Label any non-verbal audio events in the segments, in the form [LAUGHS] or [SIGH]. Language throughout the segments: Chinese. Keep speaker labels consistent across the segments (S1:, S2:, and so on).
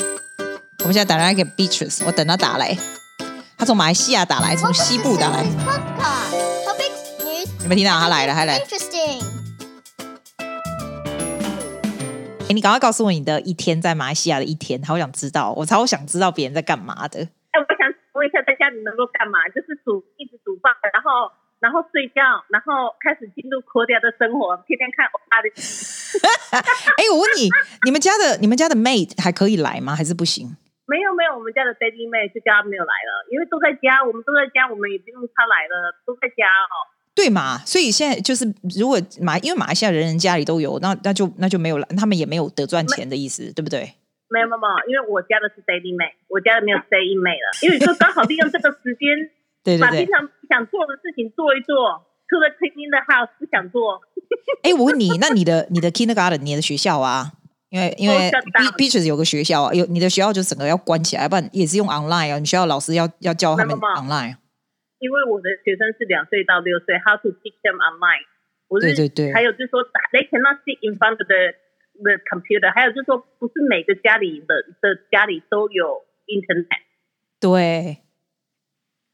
S1: 我们现在打电话给 Beatrice，我等她打来。她从马来西亚打来，哎从西部打来。
S2: Podcast topics news
S1: 你们听到她来了，她来。
S2: interesting。
S1: 哎，你赶快告诉我你的一天在马来西亚的一天，好想知道，我超想知道别人在干嘛的。
S3: 哎，我想问一下，在家里能够干嘛？就是煮，一直煮饭，然后然后睡觉，然后开始进入阔掉的生活，天天看哦欧巴的。
S1: 哎，我问你，你们家的你们家的 maid 还可以来吗？还是不行？
S3: 没有没有，我们家的 baby 妹就叫她没有来了，因为都在家，我们都在家，我们也不用她来了，都在家哦。
S1: 对嘛？所以现在就是，如果马因为马来西亚人人家里都有，那那就那就没有了，他们也没有得赚钱的意思，对不对？
S3: 没有没有，没有因为我家的是 baby 妹，我家的没有 baby 妹了，因为就刚好利用这个时间，
S1: [LAUGHS] 对对
S3: 把
S1: 对
S3: 平。常不想做的事情做一做，除了 cleaning the house 不想做，
S1: 哎，我问你，那你的你的 kindergarten 你的学校啊？因为因为
S3: 哦，shut down
S1: B Beaches 有个学校啊，有你的学校就整个要关起来，要不然也是用 online 啊。你学校老师要要教他们
S3: 那么
S1: online，
S3: 因为我的学生是两岁到六岁，how to teach them online，我是
S1: 对对对
S3: 还有就是说 they cannot sit in front of the the computer，还有就是说不是每个家里的的家里都有 internet，
S1: 对，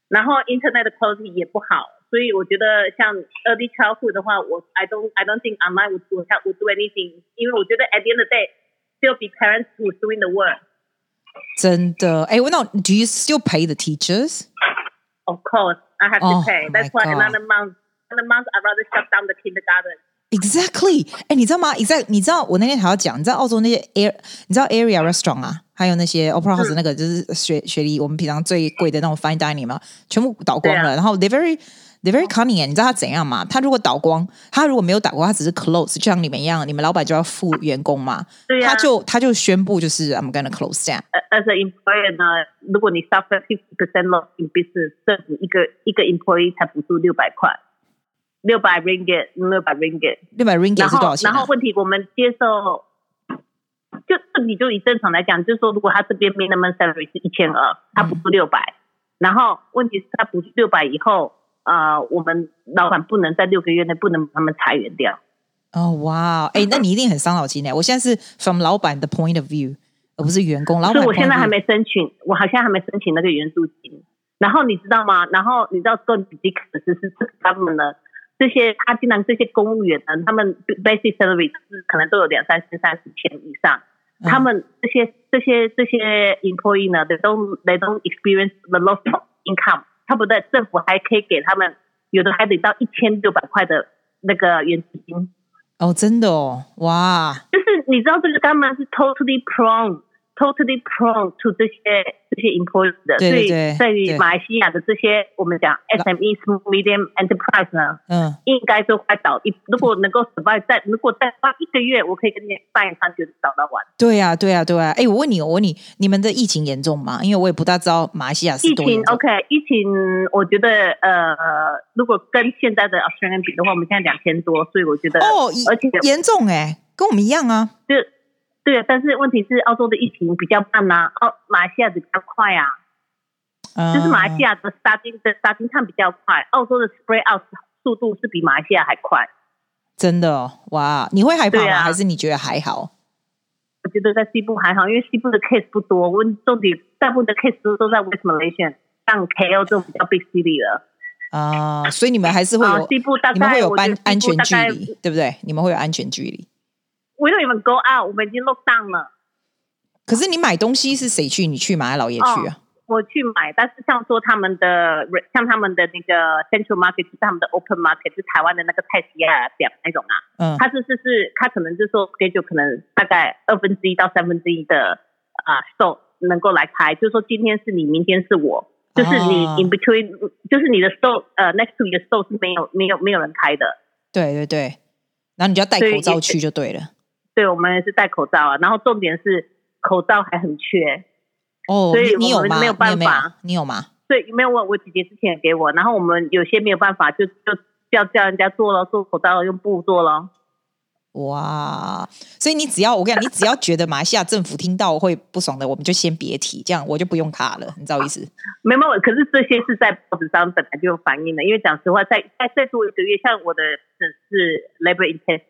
S3: 然后 internet 的 quality 也不好，所以我觉得像 early childhood 的话，我 I don't I don't think online would do would do anything，因为我觉得 at the end of the day still be parents who's doing the work。
S1: 真的。哎，我那 Do you still pay the teachers？
S3: Of course, I have
S1: Oh
S3: to pay.
S1: my
S3: That's why
S1: God.
S3: another month, another month, I rather shut down the kindergarten.
S1: Exactly，哎，你知道吗？Exact，你知道我那天还要讲，你知道澳洲那些 air，你知道 area restaurant 啊，还有那些
S3: 嗯
S1: opera house 那个就是雪雪梨我们平常最贵的那种 fine dining 嘛，全部倒光了。
S3: 对啊
S1: 然后 they very they very cunning，你知道他怎样吗？他如果倒光，他如果没有倒光，他只是 close，就像你们一样，你们老板就要付员工嘛，
S3: 对啊呀、
S1: 他就他就宣布就是 I'm gonna close down。
S3: as an employer 呢，如果你 suffer fifty percent loss in business，政府一个一个 employee 才补助六百块，六百 ringgit，六百 ringgit。
S1: 六百 ringgit
S3: 然
S1: 是多少
S3: 后
S1: 钱、
S3: 然
S1: 啊
S3: 后？问题我们接受，就你就以正常来讲，就是说如果他这边 minimum salary 是一千二，他补助六
S1: 嗯
S3: 百，然后问题是他补助六百以后，呃，我们老板不能在六个月内不能把他们裁员掉。
S1: 哦哇，
S3: [LAUGHS]
S1: 哎，那你一定很伤脑筋的。我现在是 from 老板的 point of view，而不是员工。老
S3: 所
S1: 板
S3: 以我
S1: point
S3: 现
S1: of
S3: 在
S1: view
S3: 还没申请，我好像还没申请那个援助金。然后你知道吗？然后你知道更 ridiculous 是这个他们呢，这些他竟然这些公务员呢，他们 basic salary 是可能都有两三千、三四千以上。
S1: 嗯
S3: 他们这些这些这些 employee 呢，they don't they don't experience the loss of income。差不多政府还可以给他们，有的还得到一千六百块的那个援助金。
S1: 哦，真的哦，哇。
S3: 就是你知道这个他们是 totally prone。Totally prone to 这些这些 employees 的，
S1: 对对对
S3: 所以在于
S1: 对
S3: 马来西亚的这些我们讲 SME small medium enterprise 呢，
S1: 嗯，
S3: 应该都快倒一。如果能够 survive 在，如果再花一个月，我可以跟你办一场，绝对找到完。
S1: 对呀、对呀、对呀、哎，我问你，我问你，你们的疫情严重吗？因为我也不大知道马来西亚是
S3: 疫
S1: 多严
S3: 情
S1: 重。
S3: OK，疫情我觉得呃，如果跟现在的 Australian 比的话，我们现在两千多，所以我觉得
S1: 哦，
S3: 而且
S1: 严重哎、跟我们一样啊。
S3: 就对，啊但是问题是澳洲的疫情比较慢呐、澳马来西亚比较快啊。
S1: 嗯、
S3: 就是马来西亚的 starting 的 starting time 比较快，澳洲的 spread out 速度是比马来西亚还快。
S1: 真的哦，哇！你会害怕
S3: 对
S1: 吗？
S3: 啊
S1: 还是你觉得还好？
S3: 我觉得在西部还好，因为西部的 case 不多，我们重点大部分的 case 都都在 West Malaysia，像 KL 这种比较 big city 了。
S1: 啊、所以你们还是会
S3: 啊
S1: 有，，
S3: 西部大
S1: 你们会
S3: 概
S1: 有
S3: 我觉
S1: 安
S3: 得
S1: 安
S3: 西部
S1: 全
S3: 大
S1: 距
S3: 概
S1: 离，对不对？你们会有安全距离。
S3: We don't even go out，我们已经 lock down 了。
S1: 可是你买东西是谁去？你去吗？还是老爷去啊？
S3: 我去买，但是像说他们的像他们的那个 Central Market，就是他们的 Open Market，就是台湾的那个菜市啊表那种啊，
S1: 嗯，
S3: 他就是是他可能就是说 schedule 可能大概二分之一到三分之一的啊 show 能够来开，就是说今天是你，明天是我，就是你
S1: 啊
S3: in between，、就是你的 show 呃 next to 你的 show 是没有没有没有人开的，
S1: 对对对。然后你就要戴
S3: 所以
S1: 口罩
S3: 也
S1: 去就对了。
S3: 对我们是戴口罩啊，然后重点是口罩还很缺，
S1: 哦，
S3: 所以
S1: 你你
S3: 我
S1: 有
S3: 们
S1: 吗？
S3: 没
S1: 你
S3: 有
S1: 有
S3: 办
S1: 没有
S3: 法？
S1: 你有吗？
S3: 所以没有问我姐姐之前也给我，然后我们有些没有办法就就叫叫人家做了做口罩了用布做了。
S1: 哇！所以你只要我跟你讲，你只要觉得马来西亚政府听到会不爽的，我们就先别提，这样我就不用卡了，你知道意思？
S3: 没有，没有可是这些是在报纸上本来就有反映的，因为讲实话，再再再多一个月，像我的是 labor intense，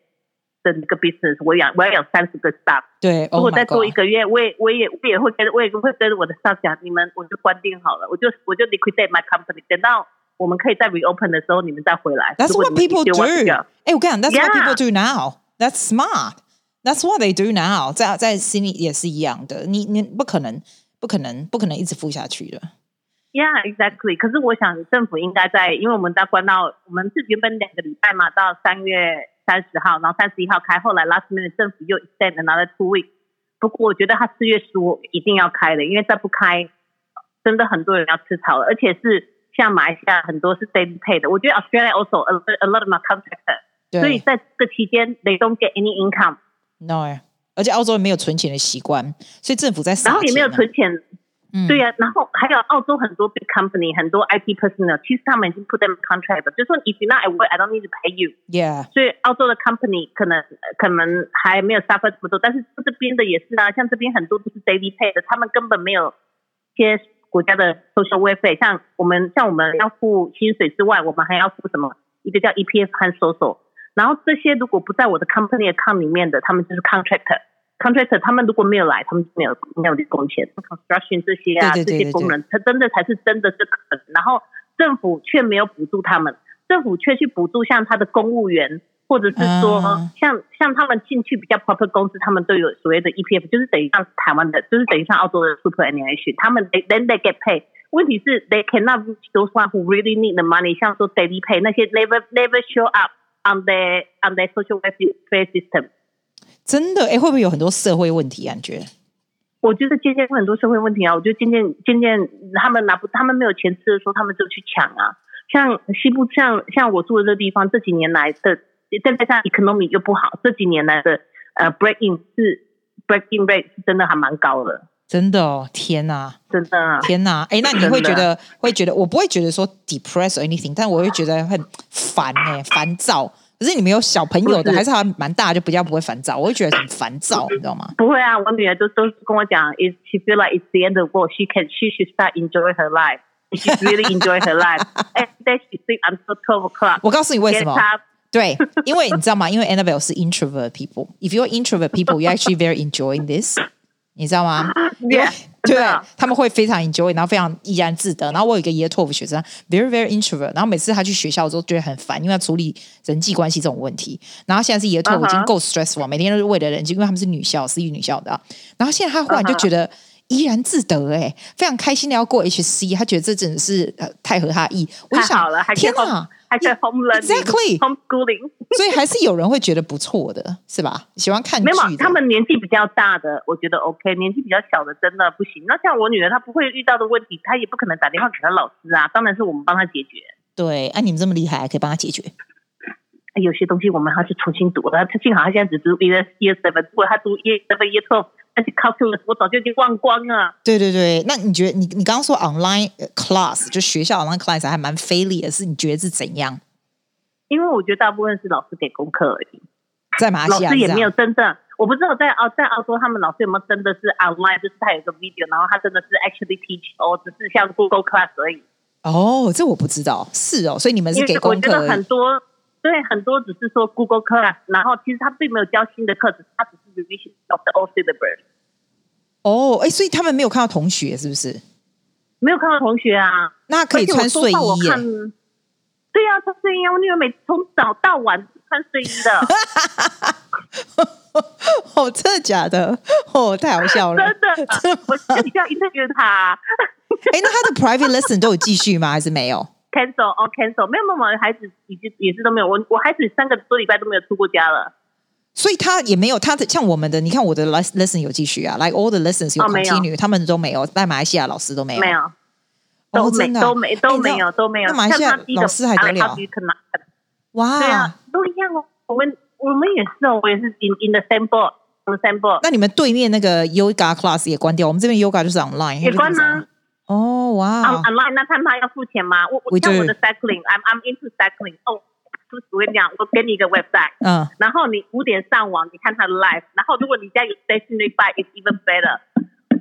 S3: 的那个 business，我养我要养三十个 staff。
S1: 对，
S3: [LAUGHS] 如
S1: oh
S3: 果
S1: my
S3: 再做
S1: God
S3: 一个月，我也我也我也会跟我也会跟我的 staff 讲，你们我就关店好了，我就我就 liquidate my company，等到我们可以再 reopen 的时候，你们再回来。
S1: That's
S3: 如果
S1: what
S3: 你们
S1: people do.
S3: still want to go
S1: 哎、我跟你讲，That's what people
S3: Yeah.
S1: do now. That's smart. That's what they do now. 在在心里也是一样的。你你不可能，不可能，不可能一直付下去的。
S3: Yeah, exactly. 可是我想政府应该在，因为我们在关到我们是原本两个礼拜嘛，到三月三十号，然后三十一号开，后来 last minute 政府又 extend another two weeks。不过我觉得他四月十五一定要开的，因为再不开，真的很多人要吃草了，而且是像马来西亚很多是 daily pay 的，我觉得 Australia also a, a lot of my contractor，所
S1: 对
S3: 以在这个期间 they don't get any income，
S1: ，no。而且澳洲人没有存钱的习惯，所以政府在撒钱、
S3: 然
S1: 啊。
S3: 后也没有存钱，
S1: 嗯，
S3: 对呀、啊然后还有澳洲很多 big company，很多 IT personnel，其实他们已经 put them in contract，了就说 if you're not at work, I don't need to pay you。
S1: ，yeah，
S3: 所以澳洲的 company 可能可能还没有 suffer 这么多，但是这边的也是啊，像这边很多都是 daily pay 的，他们根本没有些国家的 social welfare，像我们像我们要付薪水之外，我们还要付什么？一个叫 EPF 和 social，然后这些如果不在我的 company account 里面的，他们就是 contractor。contractor 他们如果没有来，他们就没有没有领工钱。construction 这些啊，
S1: 对对对
S3: 这些工人，他真的才是真的是可能。然后政府却没有补助他们，政府却去补助像他的公务员，或者是说、
S1: 嗯
S3: 像像他们进去比较 proper 公司，他们都有所谓的 EPF，就是等于像台湾的，就是等于像澳洲的 superannuation，他们 they then they get paid。问题是 they cannot reach those one who really need the money，像说 daily pay 那些 never never show up on their on their social welfare system。
S1: 真的，哎、会不会有很多社会问题、啊？你觉得？
S3: 我觉得渐渐会很多社会问题啊，我觉得渐渐渐渐他们拿不，他们没有钱吃的时候，他们就去抢啊。像西部，像像我住的这地方，这几年来的，再加上 economy 又不好，这几年来的呃 break in 是 break in rate 是真的还蛮高的，
S1: 真的哦，天哪、
S3: 真的啊、
S1: [LAUGHS] 天呐，哎，那你
S3: 真
S1: 会
S3: 的
S1: 觉得会觉得我不会觉得说 depressed or anything，但我会觉得很烦哎、烦躁。可是你们有小朋友
S3: 不
S1: 的，
S3: 是
S1: 还是还蛮大，就比较不会烦躁。我会觉得很烦躁，你知道吗？
S3: 不会啊，我女儿都都跟我讲，is she feel like it's the end of the world, she can she should start enjoy her life, she should really enjoy her life. [LAUGHS] Every day she sleep until twelve o'clock.
S1: 我告诉你为什
S3: Get
S1: 么。
S3: up.
S1: 对，因为你知道吗？因为 Annabelle 是 introvert people。If you're introvert people, you're actually very enjoying this，你 [LAUGHS] 知道吗？因为
S3: [LAUGHS] Yeah，
S1: 对
S3: 真的，
S1: 他们会非常 enjoy，然后非常怡然自得。然后我有一个 Year Twelve 学生，very very introvert，然后每次他去学校的时候觉得很烦，因为要处理人际关系这种问题。然后现在是 Year Twelve 已
S3: 嗯
S1: 经
S3: 哼
S1: 够 stressful，、每天都是为了人际，因为他们是女校，私立女校的啊、然后现在他忽然就
S3: 嗯
S1: 觉得。怡然自得哎、非常开心的要过 HC，他觉得这真的是、呃、太合他意。我就
S3: 太
S1: 想，
S3: 好了，还可以
S1: 天
S3: home，
S1: 哪，
S3: 还可以 home learning、
S1: Exactly
S3: homeschooling。 [LAUGHS]
S1: 所以还是有人会觉得不错的，是吧？喜欢看剧
S3: 没
S1: 的，
S3: 有，他们年纪比较大的，我觉得 OK，年纪比较小的真的不行。那像我女儿，她不会遇到的问题，她也不可能打电话给她老师啊，当然是我们帮她解决。
S1: 对，啊，你们这么厉害，还可以帮他解决。
S3: 哎有些东西我们还要去重新读，她幸好她现在只读 year year seven，如果她读 year seven year twelve，那些 calculus 我早就已经忘光了。
S1: 对对对，那你觉得你你刚刚说 online 呃 class 就学校 online class 还蛮 failure，的是你觉得是怎样？
S3: 因为我觉得大部分是老师给功课而已，
S1: 在马来
S3: 老
S1: 西亚
S3: 师也
S1: 啊是这
S3: 没有
S1: 样
S3: 真正，我不知道在澳在澳洲他们老师有没有真的是 online，就是他有一个 video，然后他真的是 actually teach，哦，只是像 Google Class 而已。
S1: 哦，这我不知道，是哦，所以你们
S3: 因
S1: 是给
S3: 为我
S1: 功
S3: 觉
S1: 课
S3: 得
S1: 而
S3: 很
S1: 已
S3: 多，对很多只是说 Google Class，然后其实他并没有教新的课，只是他只是 revision of the old syllabus。
S1: 哦，哎，所以他们没有看到同学是不是？
S3: 没有看到同学啊，
S1: 那可以
S3: 而且我
S1: 穿
S3: 说
S1: 睡
S3: 话我
S1: 衣耶、
S3: 看对啊，穿睡衣啊，我女儿每次从早到晚都穿睡衣
S1: [LAUGHS]
S3: 的，
S1: [LAUGHS] 哦，真的假的？哦，太好笑了。
S3: [LAUGHS] 真
S1: [LAUGHS]
S3: 的，我就比较 interview 她
S1: 哎，那他的 private lesson 都有继续吗？还是没有？
S3: cancel 哦 cancel，没有没有没有，孩子已经也是都没有，我我孩子三个多礼拜都没有出过家了。
S1: 所以他也没有他的像我们的，你看我的 les- lesson 有继续啊，like all the lessons 有
S3: 哦没有
S1: continue，、他们都没有，在马来西亚老师都没有，
S3: 没有，
S1: 哎
S3: 都
S1: 哦
S3: 没、
S1: 真的啊
S3: 都没
S1: 哎
S3: 都
S1: 你知道
S3: 没有都没有。
S1: 那马来西亚
S3: 像他第一个啊
S1: 老师还得了
S3: 他第一个拿
S1: 哇，
S3: 对啊，都一样哦。我们我们也是哦，我也是 in in the same boat，我们 same boat
S1: 那你们对面那个 yoga class 也关掉，我们这边 yoga 就是 online，
S3: 也关
S1: 它
S3: 啊
S1: 就
S3: 吗
S1: 是？哦，哇、
S3: o n l i n e 那他们还要付钱吗？我我
S1: We
S3: 像我
S1: do
S3: 的 cycling，I'm I'm into cycling。哦，不是我跟你讲，我给你一个 website，
S1: 嗯，
S3: 然后你五点上网，你看他的 live，然后如果你家有 stationary bike，is even better。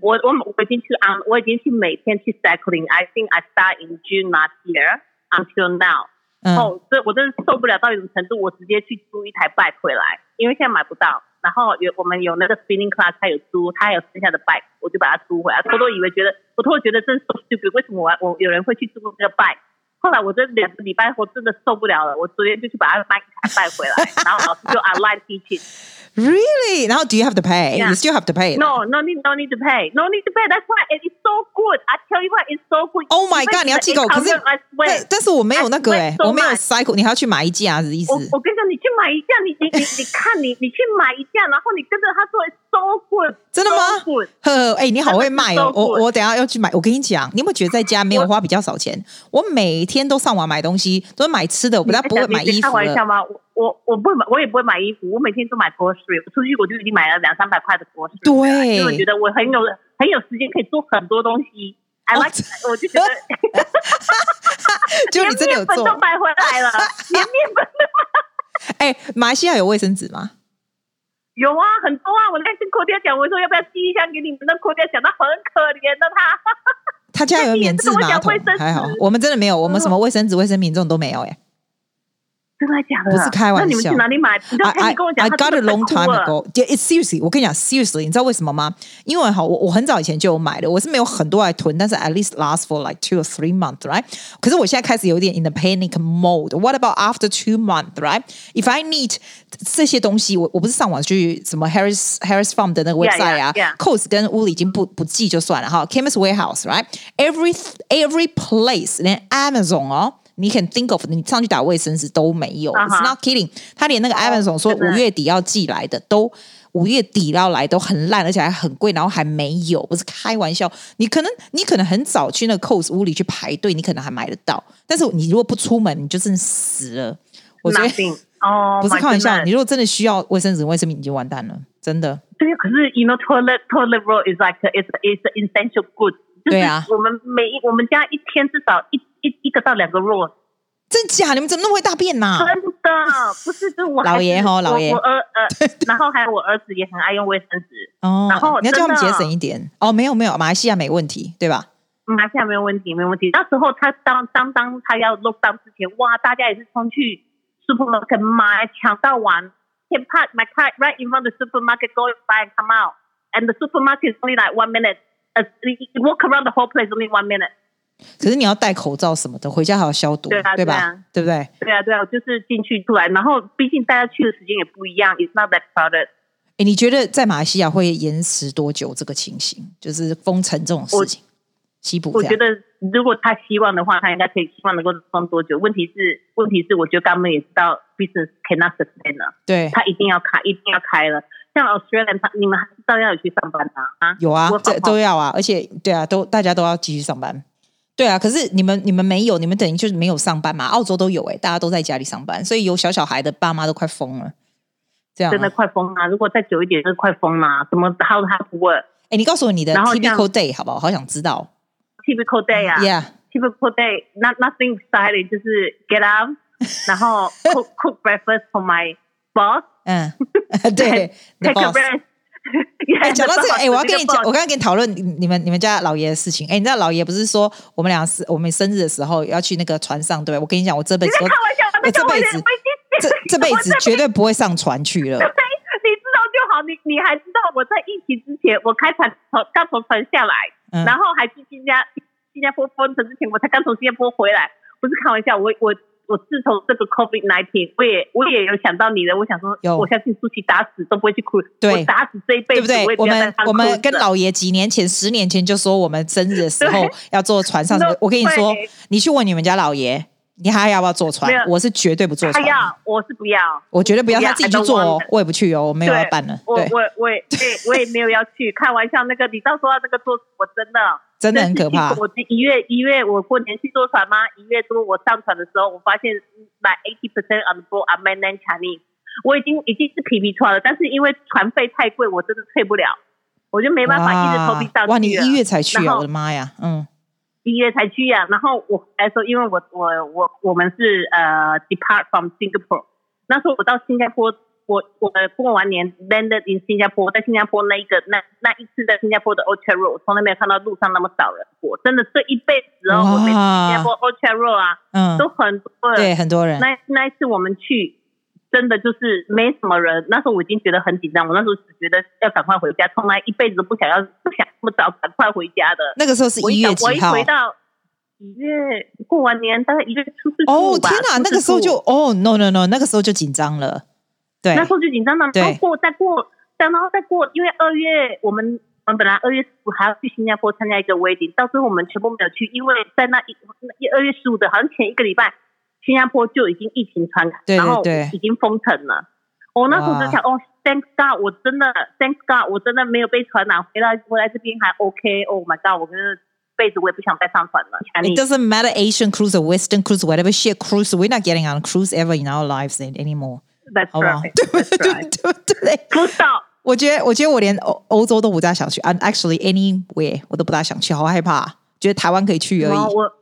S3: 我我我已经去 on，我已经去每天去 cycling。I think I start in June last year until now。
S1: 嗯
S3: 哦，所以我真的受不了到一种程度，我直接去租一台 bike 回来，因为现在买不到。然后有我们有那个 spinning class，他有租，他还有剩下的 bike，我就把它租回来。偷偷以为觉得，我偷偷觉得真 so stupid，为什么我我有人会去租这个 bike？后来我这两个礼拜后真的受不了了，我昨天就去把它卖卖回来，然后老师就 online teaching。
S1: [LAUGHS] Really？然后 Do you have to pay?
S3: Yeah.
S1: You still have to pay.
S3: No, no need, no need to pay, no need to pay. That's why it is so good. I tell you what, it's so good.
S1: Oh my god！你要寄给我，可是
S3: I
S1: 但
S3: swear.
S1: 但是我没有那个
S3: I
S1: 哎
S3: sweat，so
S1: 我没有
S3: much
S1: cycle，你还要去买一架的意思
S3: 我我跟你讲，你去买一架，你你你你看你你去买一架，然后你跟着他说 it's so good，
S1: 真的吗
S3: so good
S1: 呵呵，哎、你好会卖哦！
S3: 真的是
S1: 我
S3: so good
S1: 我等一下要去买。我跟你讲，你有没有觉得在家没有花比较少钱？我每天都上网买东西，都是买吃的，我不但不会买
S3: 哎你
S1: 衣
S3: 开
S1: 服
S3: 玩笑
S1: 了。
S3: 吗？我我我不会买，我也不会买衣服，我每天都买 grocery，我出去我就已经买了两三百块的 grocery，
S1: 对
S3: 因为我觉得我很有很有时间可以做很多东西。I
S1: 哦
S3: like，、我就
S1: [LAUGHS]
S3: 觉得哎
S1: 就
S3: 连
S1: 你真的有
S3: 面粉
S1: 做
S3: 都？买回来
S1: [LAUGHS]
S3: 了，连面粉都
S1: 哎、马来西亚有卫生纸吗？
S3: 有啊，很多啊。我在跟 Kodia 讲，我说要不要寄一箱给你们？那 Kodia 讲他很可怜的他， [LAUGHS]
S1: 他家有免治马
S3: 这个
S1: 桶
S3: 我讲卫生，纸
S1: 还好我们真的没有，我们什么卫生纸、卫生棉这种都没有、哎
S3: 真的假的？
S1: 不是开玩笑
S3: 那你们去哪里买？你知道凯
S1: ，I
S3: 你跟我
S1: I
S3: 讲，他
S1: got
S3: 真
S1: it
S3: 的很
S1: long
S3: 酷
S1: time
S3: 啊
S1: ago. Yeah, it's seriously，我跟你讲，seriously，你知道为什么吗？因为哈，我我很早以前就有买的，我是没有很多来囤，但是 at least last for like two or three month，right？可是我现在开始有点 in the panic mode. What about after two month，right？If I need 这些东西，我我不是上网去什么 Harris Harris Farm 的那个
S3: Yeah,
S1: website 啊
S3: yeah, yeah.
S1: Coles 跟 Wool 已经不不寄就算了哈，Chemist Warehouse right every every place 连 Amazon 哦，你 can think of 你上去打卫生纸都没有、
S3: 啊
S1: i t
S3: 哈
S1: s not kidding，他连那个 Amazon 说
S3: 哦真的
S1: 五月底要寄来的都。五月底要来都很烂，而且还很贵，然后还没有，不是开玩笑。你可能你可能很早去那个 Coles 屋里去排队，你可能还买得到，但是你如果不出门，你就真的死了。我觉得
S3: Nothing 哦，
S1: [LAUGHS] 不是开玩笑，
S3: my
S1: 你
S3: goodness
S1: 如果真的需要卫生纸、卫生棉，你就完蛋了，真的。
S3: 对，可是 you know toilet toilet roll is like a- it's a- it's an essential good，就是
S1: 对啊
S3: 我们每一我们家一天至少一一一个到两个 roll，
S1: 啊真假？你们怎么那么会大便呐、
S3: [LAUGHS] 真的不是就是我
S1: 老爷吼
S3: 吼
S1: 老爷
S3: 我儿
S1: [LAUGHS]
S3: 呃，然后还有我儿子也很爱用卫生纸，
S1: 哦
S3: 然后，
S1: 你要叫他们
S3: 真
S1: 节
S3: 的
S1: 省一点哦。没有没有，马来西亚没问题，对吧？
S3: 马来西亚没有问题，没有问题。那时候他当当当他要 lock down 之前，哇，大家也是冲去 supermarket 买，抢到完，can park my car right in front of the supermarket, go buy and come out, and the supermarket is only like one minute. As you walk around the whole place only one minute.
S1: 可是你要戴口罩什么的，回家还要消毒，
S3: 对啊对
S1: 吧
S3: 啊？
S1: 对不对？
S3: 对啊，对啊，就是进去出来，然后毕竟大家去的时间也不一样，it's not that crowded。
S1: 哎，你觉得在马来西亚会延迟多久这个情形？就是封城这种事情，西部
S3: 我
S1: 这
S3: 觉
S1: 样。
S3: 得如果他希望的话，他应该可以希望能够封多久？问题是，问题是，我觉得他们也知道 business cannot sustain 了。
S1: 对，
S3: 他一定要开，一定要开了。像 Australia，他你们还是照样有去上班的啊？
S1: 有啊
S3: 我，
S1: 这
S3: 好
S1: 都要啊，而且对啊，都大家都要继续上班。对啊，可是你们你们没有，你们等于就是没有上班嘛？澳洲都有哎、大家都在家里上班，所以有小小孩的爸妈都快疯了。这样啊
S3: 真的快疯了、如果再久一点，就快疯了、什么 how have work
S1: 哎，你告诉我你的
S3: 然后这样
S1: typical day 好不好？好想知道。
S3: typical day 啊
S1: Yeah，
S3: typical day not nothing exciting，就是 get up，
S1: [LAUGHS]
S3: 然后 cook cook breakfast for my boss，
S1: 嗯， [LAUGHS] 对
S3: [LAUGHS]
S1: ，the
S3: take a
S1: boss。
S3: [LAUGHS] rest
S1: 哎，
S3: yeah,
S1: [LAUGHS] 讲到这个，哎，我要跟你讲，我
S3: boss，
S1: 刚刚跟你讨论你你们你们家老爷的事情。哎，你知道老爷不是说我们俩是我们生日的时候要去那个船上，对不对？我跟你讲，我这辈
S3: 你
S1: 子
S3: 在
S1: 都
S3: 开玩笑吗？
S1: 我哎这
S3: 那
S1: 辈
S3: 我
S1: 子
S3: 我已经
S1: 这这辈子绝对不会上船去了。
S3: 你知道就好，你你还知道我在疫情之前，我开船从刚从船下来，
S1: 嗯
S3: 然后还去新加新加坡封城之前，我才刚从新加坡回来。不是开玩笑，我我我自从这个 COVID nineteen，我也我也有想到你的，我想说
S1: 有，
S3: 我相信舒淇打死都不会去哭，
S1: 对
S3: 我打死这一辈
S1: 对
S3: 子
S1: 不对
S3: 我也？
S1: 我
S3: 不要再
S1: 们
S3: 当
S1: 我们
S3: cruise
S1: 跟
S3: 了
S1: 老爷几年前、十年前就说我们生日的时候
S3: 对
S1: 要坐船
S3: [LAUGHS]
S1: 上什么
S3: 对。
S1: 我跟你说，你去问你们家老爷，你还要不要坐船
S3: 没有？
S1: 我是绝对不坐
S3: 他
S1: 船，
S3: 要，我是不要，
S1: 我绝对不要
S3: 不要
S1: 他自己
S3: I
S1: 去
S3: don't
S1: 坐哦
S3: want，it
S1: 我也不去哦，我没有要办了。
S3: 我
S1: 对，
S3: 我我也对我也没有要去，开玩笑那个，你到时候那个坐，我真的
S1: 真的很可怕
S3: 这次去我一月一月我过年去坐船吗？一月多我上船的时候，我发现 like eighty percent on the boat are mainland Chinese，我已经已经是皮皮船了，但是因为船费太贵，我真的退不了，我就没办法一直头皮上去
S1: 哇，你一
S3: 了
S1: 月才去啊！
S3: 然后
S1: 我的妈呀，嗯，
S3: 一月才去呀、然后我回来的时候，因为我我我我们是呃 depart from Singapore，那时候我到新加坡我我们过完年 landed in 新加坡，在新加坡那一个那那一次在新加坡的 Orchard Road，我从来没有看到路上那么少人过，真的这一辈子哦，我每次去新加坡 Orchard Road 啊，
S1: 嗯，
S3: 都很多人，
S1: 对，很多人，
S3: 那那一次我们去，真的就是没什么人。那时候我已经觉得很紧张，我那时候只觉得要赶快回家，从来一辈子都不想要不想那么早赶快回家的。
S1: 那个时候是
S3: 我
S1: 一
S3: 一
S1: 月
S3: 想
S1: 几
S3: 我一
S1: 号？
S3: 回到一月过完年，大概一月初四
S1: 哦，
S3: 初五吧
S1: 天哪，那个时候就
S3: 初四初五
S1: 哦，no no no，那个时候就紧张了，对，
S3: 那时候就紧张了，然后
S1: 对
S3: 过再过，再然后再过，因为二月我们。我们本来二月十五还要去新加坡参加一个 wedding，到最后我们全部没有去，因为在那一二月十五的，好像前一个礼拜，新加坡就已经疫情传染，
S1: 对对
S3: 然后
S1: 对
S3: 已经封城了。我那时候就想，哦，Thank God，我真的，Thank God，我真的没有被传染，回来回来这边还 OK，Oh、my God，我真的辈子我也不想再上船了。想你
S1: It doesn't matter Asian cruise or Western cruise, whatever shit cruise. We're not getting on a cruise ever in our lives an-
S3: [LAUGHS]
S1: anymore，
S3: That's
S1: 好不好？
S3: right，
S1: 对不
S3: that's
S1: 对？
S3: right
S1: 对不对？
S3: 不到。
S1: 我觉得，我觉得我连欧欧洲都不大想去，and actually anywhere 我都不大想去，好害怕，觉得台湾可以去而
S3: 然后
S1: 已。
S3: 我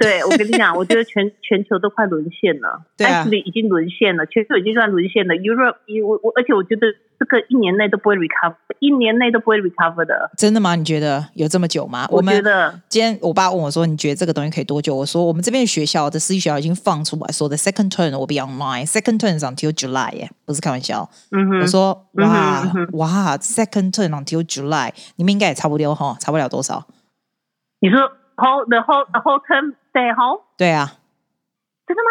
S3: 对我跟你讲，我觉得全 [LAUGHS] 全球都快沦陷了，
S1: 对啊
S3: Actually 已经沦陷了，全球已经算沦陷了。Europe，我我而且我觉得这个一年内都不会 recover，一年内都不会 recover 的。
S1: 真的吗？你觉得有这么久吗？
S3: 我
S1: 们
S3: 觉得
S1: 今天我爸问我说：“你觉得这个东西可以多久？”我说：“我们这边学校的私立学校已经放出来说，the second term will be online，second term is until July，耶，不是开玩笑。
S3: 嗯哼
S1: 我，说：“
S3: 嗯哼
S1: 哇、
S3: 嗯哼
S1: 哇，second term until July，你们应该也差不多哈，差不了多少。
S3: 你说 whole the whole the whole term stay home，”
S1: 对啊，
S3: 真的吗？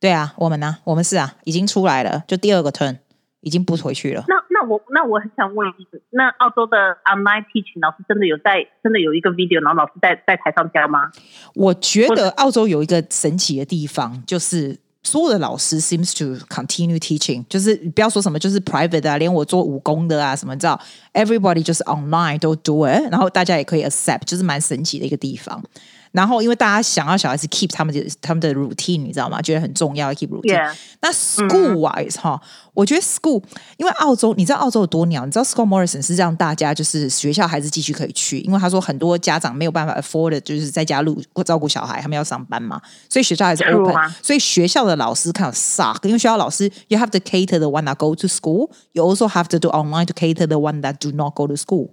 S1: 对啊，我们呢、我们是啊，已经出来了，就第二个 turn 已经不回去了。
S3: 那那我那我很想问一个，那澳洲的 online teaching 老师真的有在真的有一个 video，然后老师在在台上教吗？
S1: 我觉得澳洲有一个神奇的地方，就是所有的老师 seems to continue teaching，就是不要说什么就是 private 的啊，连我做武功的啊什么，你知道，everybody 就是 online 都 do it，然后大家也可以 accept，就是蛮神奇的一个地方。然后，因为大家想要小孩子 keep 他们的他们的 routine，你知道吗？觉得很重要要，keep routine。
S3: Yeah
S1: 那 school wise 哈、我觉得 school，因为澳洲，你知道澳洲有多鸟？你知道 Scott Morrison 是让大家就是学校还是继续可以去，因为他说很多家长没有办法 afford，的就是在家路照顾小孩，他们要上班嘛，所以学校还是
S3: True
S1: open
S3: 啊。
S1: 所以学校的老师 kind of suck，因为学校老师 you have to cater the one that go to school，you also have to do online to cater the one that do not go to school，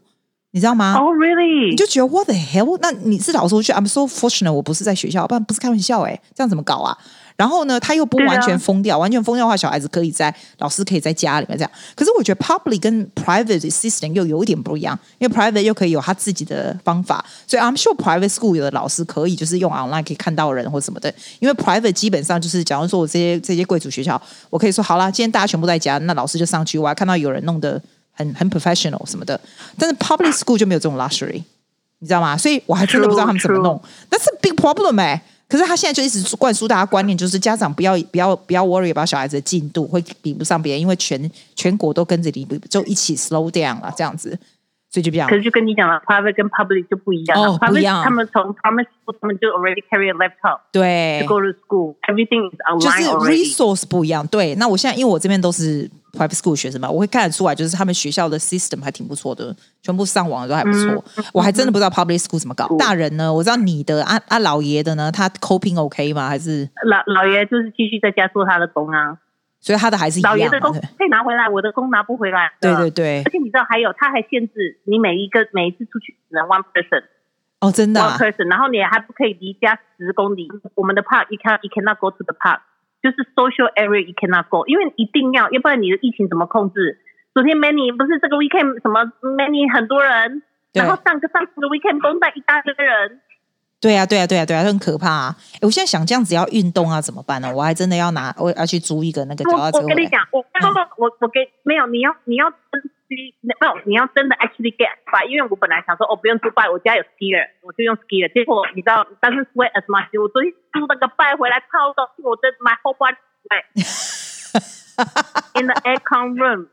S1: 你知道吗？
S3: 哦、r e a l l y
S1: 你就觉得 what the hell？那你是老师，我觉得 I'm so fortunate，我不是在学校，不然不是开玩笑哎、这样怎么搞啊？然后呢，他又不
S3: 对啊
S1: 完全封掉，完全封掉的话，小孩子可以在老师可以在家里面这样。可是我觉得 public 跟 private system 又有一点不一样，因为 private 又可以有他自己的方法，所以 I'm sure private school 有的老师可以就是用 online 可以看到人或什么的，因为 private 基本上就是，假如说我这些这些贵族学校，我可以说好啦，今天大家全部在家，那老师就上去，我还看到有人弄得很很 professional 什么的，但是 public school 就没有这种 luxury。你知道吗？所以我还真的不知道他们怎么弄。That's a big problem 哎、可是他现在就一直灌输大家观念，就是家长不要不要不要 worry about 小孩子的进度会比不上别人，因为全全国都跟着你，就一起 slow down 了这样子，所以就这样
S3: 可。是就跟你讲了，private 跟 public 就不一样了。
S1: 哦
S3: private
S1: 不一样
S3: 他们从 private school 他们就 already carry a laptop
S1: 对
S3: to，go to school. Everything is
S1: 就是
S3: online already.
S1: resource 不一样。对，那我现在因为我这边都是 private school 学生嘛，我会看得出来，就是他们学校的 system 还挺不错的，全部上网都还不错。
S3: 嗯
S1: 我还真的不知道 public school 怎么搞。大人呢，我知道你的啊啊老爷的呢，他 coping OK 吗？还是
S3: 老老爷就是继续在家做他的工啊，
S1: 所以他的还是一样
S3: 老
S1: 嘛？
S3: 爷的工
S1: 对
S3: 可以拿回来，我的工拿不回来。
S1: 对对。对
S3: 而，且你知道还有，他还限制你每一个每一次出去只能 one person
S1: 哦，真的、
S3: one
S1: 啊，
S3: person，然后你还不可以离家十公里。我们的 park you can you cannot go to the park，就是 social area you cannot go，因为一定要，要不然你的疫情怎么控制？昨天 Many 不是这个 weekend 什么 Many 很多人，
S1: 对
S3: 然后上个上个 weekend 绷带一大堆人，
S1: 对啊，对啊，对啊，对啊，很可怕啊！诶我现在想这样子要运动啊，怎么办呢、我还真的要拿，我要去租一个那个脚
S3: 我
S1: 踏车
S3: 我
S1: 回
S3: 跟你
S1: 来。嗯
S3: 讲，我刚刚我我给没有，你要你要真机没有，你要真的 actually get by，因为我本来想说哦不用租拜，我家有 skier，我就用 skier，结果你知道，但是 sweat as much，我昨天租那个拜回来，靠到我的 my whole body sweat。In
S1: [LAUGHS]
S3: the aircon room,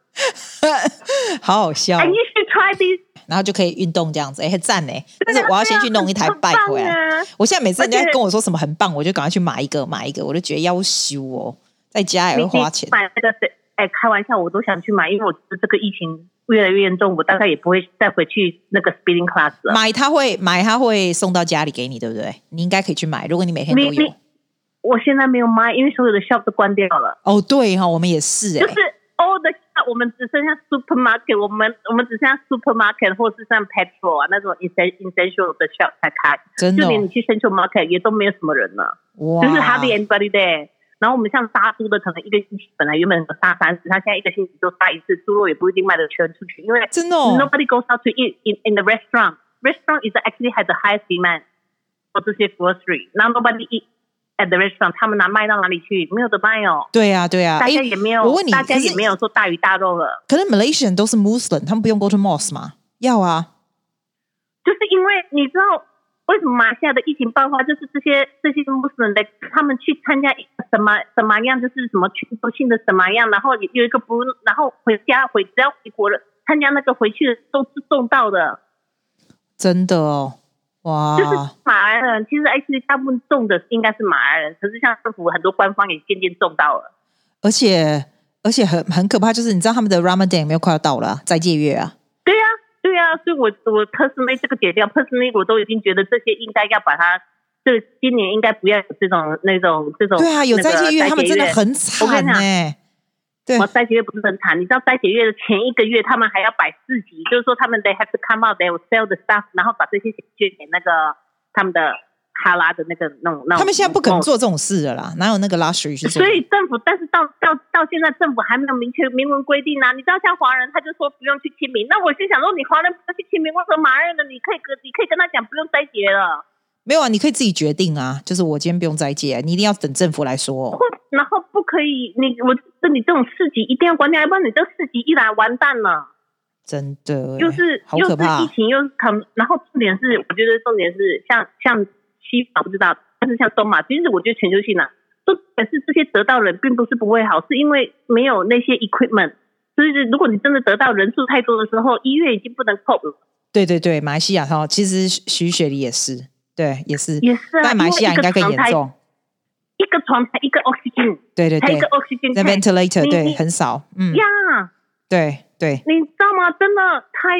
S1: 好好笑，哦
S3: and you should try this。
S1: 然后就可以运动这样子，哎，很赞呢。但是我要
S3: 啊
S1: 先去弄一台 bike 回来。
S3: 来。
S1: 我现在每次人家
S3: 而且
S1: 跟我说什么很棒，我就赶快去买一个买一个，我就觉得要修哦，在家也
S3: 你
S1: 会花钱
S3: 你。买那个谁？哎，开玩笑，我都想去买，因为我觉得这个疫情越来越严重，我大概也不会再回去那个 spinning class 了。
S1: 买它会买它会送到家里给你，对不对？你应该可以去买，如果你每天都
S3: 你
S1: 有
S3: 你。，我现在没有卖，因为所有的 shop 都关掉了。
S1: 哦，对哈、我们也是哎、
S3: 就是 all the 我们只剩下 supermarket，我们我们只剩下 supermarket 或是像 petrol 啊那种 essential essential 的 shop 才开，
S1: 真的
S3: 就
S1: 哦
S3: 连你去 central market 也都没有什么人了，
S1: 哇，
S3: 就是 hardly anybody there。然后我们像杀猪的，可能一个星期本来原本杀三十，他现在一个星期就杀一次，猪肉也不一定卖得全出去，因为
S1: 真的哦
S3: nobody goes out to eat in in the restaurant. Restaurant is actually has the highest demand for 这些 grocery. Now nobody eat at the restaurant. 他们拿卖到哪里去？没有得卖哦。
S1: 对呀、对呀、
S3: 大家
S1: 哎
S3: 也没有，
S1: 我问你，
S3: 大家
S1: 可是
S3: 也没有说大鱼大肉了，
S1: 可是 Malaysian 都是 Muslim，他们不用 go to mosque 吗？要啊，
S3: 就是因为你知道为什么马来西亚的疫情爆发，就是这些这些穆斯林的他们去参加什么什么样，就是什么群族性的什么样，然后有一个不，然后回家回只要回国了，参加那个回去的都是送到的，
S1: 真的哦，哇，
S3: 就是马来人。其实 H 大部分中的应该是马来人，可是像政府很多官方也渐渐中到了。
S1: 而且而且很很可怕，就是你知道他们的 Ramadan 有没有快要到了啊、斋戒月啊？
S3: 对呀、对呀、所以我我 personally 这个解掉，personally 我都已经觉得这些应该要把它，这今年应该不要有这种那种这种
S1: 对啊，有
S3: 哦那个
S1: 斋戒月，他们真的很
S3: 我跟
S1: 惨欸
S3: 你讲
S1: 呢、对
S3: 哦我斋戒月不是很惨，你知道斋戒月的前一个月，他们还要摆市集，就是说他们 they have to come out, they will sell the stuff，然后把这些钱捐给那个他们的哈拉的那个那种那种。
S1: 他们现在不肯做这种事了啦，哪有那个 luxury 去做
S3: 所？以政府，但是到到到现在，政府还没有明确明文规定啊。你知道，像华人他就说不用去清明，那我心想说，你华人不要去清明，为什么马来人的你可以跟你可以跟他讲不用斋节了？
S1: 没有啊，你可以自己决定啊，就是我今天不用斋戒，啊你一定要等政府来说、哦。
S3: 或然后不可以，你我这你这种市集一定要关掉，要不然你这市集一来完蛋了。
S1: 真的欸，
S3: 就是
S1: 好
S3: 又
S1: 可
S3: 是
S1: 怕
S3: 疫情，又是他们，然后重点是，我觉得重点是像像西马不知道，但是像东马，其实我觉得全球性啊，都可是这些得到人并不是不会好，是因为没有那些 equipment。就是如果你真的得到人数太多的时候，医院已经不能 cope 了。
S1: 对对对，马来西亚哈，其实徐徐雪梨也是，对，也是，
S3: 也是啊，
S1: 但马来西亚应该更严
S3: 因为
S1: 重。
S3: 一个床才一个 oxygen，
S1: 对对
S3: 才
S1: 对
S3: 一个 oxygen
S1: ，the
S3: tank
S1: ventilator
S3: 你
S1: 对
S3: 你
S1: 很少，嗯，
S3: 呀。
S1: 对对，
S3: 你知道吗？真的太，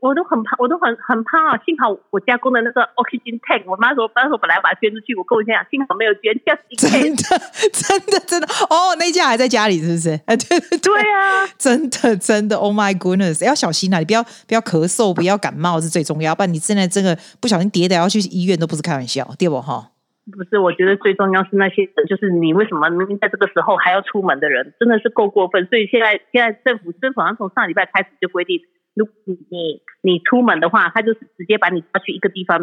S3: 我都很怕，我都很很怕、啊。幸好我家公的那个 oxygen tank，我妈说，那时候本来把它捐出去，我跟我讲，幸好没有捐，掉一
S1: 真
S3: tank。
S1: 的 [LAUGHS] 真的真的，哦，那一家还在家里是 [LAUGHS] 不是？哎，对对对
S3: 对啊，
S1: 真的真的，Oh my goodness，要小心啊！你不要不要咳嗽，不要感冒是最重要，不然你真的这个不小心跌倒要去医院都不是开玩笑，对不哈？
S3: 不是，我觉得最重要是那些人，就是你为什么明明在这个时候还要出门的人，真的是够过分。所以现在现在政府政府好像从上礼拜开始就规定，如果你你你出门的话，他就是直接把你抓去一个地方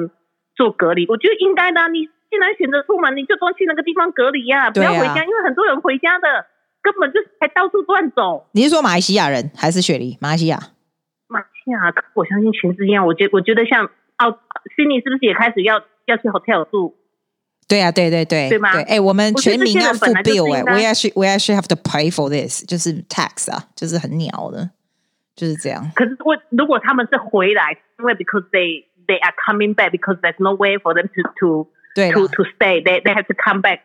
S3: 做隔离。我觉得应该的啊、你既然选择出门，你就多去那个地方隔离呀、不要
S1: 对啊
S3: 回家，因为很多人回家的根本就是还到处乱走。
S1: 你是说马来西亚人还是雪梨？马来西亚？
S3: 马来西亚，我相信全世界，我觉我觉得像澳悉尼是不是也开始要要去 hotel 住？
S1: 对啊，对对对，
S3: 对吗
S1: 哎、我们
S3: 我觉
S1: 全
S3: 得这
S1: 民
S3: 些
S1: 要
S3: 人
S1: 付
S3: 本来就是
S1: bill 哎、
S3: 应该
S1: w e actually we actually have to pay for this，就是 tax 啊，就是很鸟的，就是这样。
S3: 可是我如果他们是回来，因为 because they they are coming back because there's no way for them to to
S1: 对啦
S3: to to stay, they they have to come back.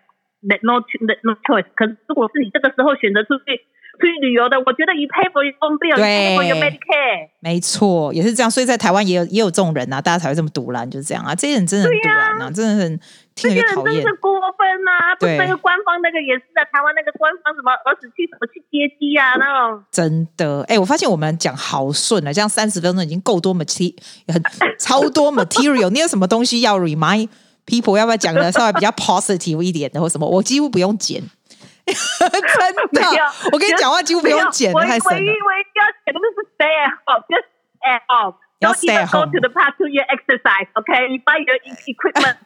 S3: That no that no choice. 可是如果是你这个时候选择出去出去旅游的，我觉得 you pay for your own bill, you
S1: 对
S3: pay for your Medicare。
S1: 没错，也是这样。所以在台湾也有也有这种人啊，大家才会这么堵拦，就是这样啊。这些人真的很堵拦啊，真的很
S3: 这
S1: 听
S3: 些
S1: 着
S3: 人
S1: 就讨
S3: 真
S1: 厌
S3: 是。过分啊！不是
S1: 对
S3: 那个官方那个也是啊，台湾那个官方什么儿子去什么去接机啊那种。
S1: 真的，哎、我发现我们讲好顺了，这样三十分钟已经够多 material，很超多 material。你有什么东西要 remind people？要不要讲的稍微比较 positive 一点的，或什么？我几乎不用 [LAUGHS] 剪，真
S3: 没
S1: 的
S3: 有，
S1: 我跟你讲话几乎不用剪，
S3: 唯
S1: 太
S3: 唯
S1: 神
S3: 一
S1: 了。
S3: 唯一要剪的就是 stay at home，just at home。
S1: 要
S3: Don't
S1: stay
S3: even
S1: at
S3: go
S1: home
S3: to the park to your exercise. Okay, you buy your e- equipment.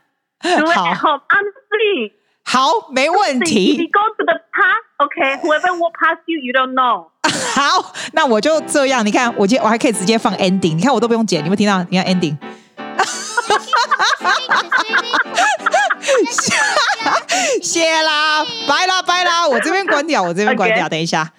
S3: Do
S1: [LAUGHS]
S3: it
S1: 好
S3: at home. Honestly,
S1: 好，没问
S3: if
S1: 题
S3: you。go to the park, okay, whoever walk past you, you don't know.
S1: 好，那我就这样。你看，我今天我还可以直接放 ending，你看我都不用剪，你有没有听到？你看 ending。谢啦，拜啦拜啦，我这边关掉，我这边关掉，等一下。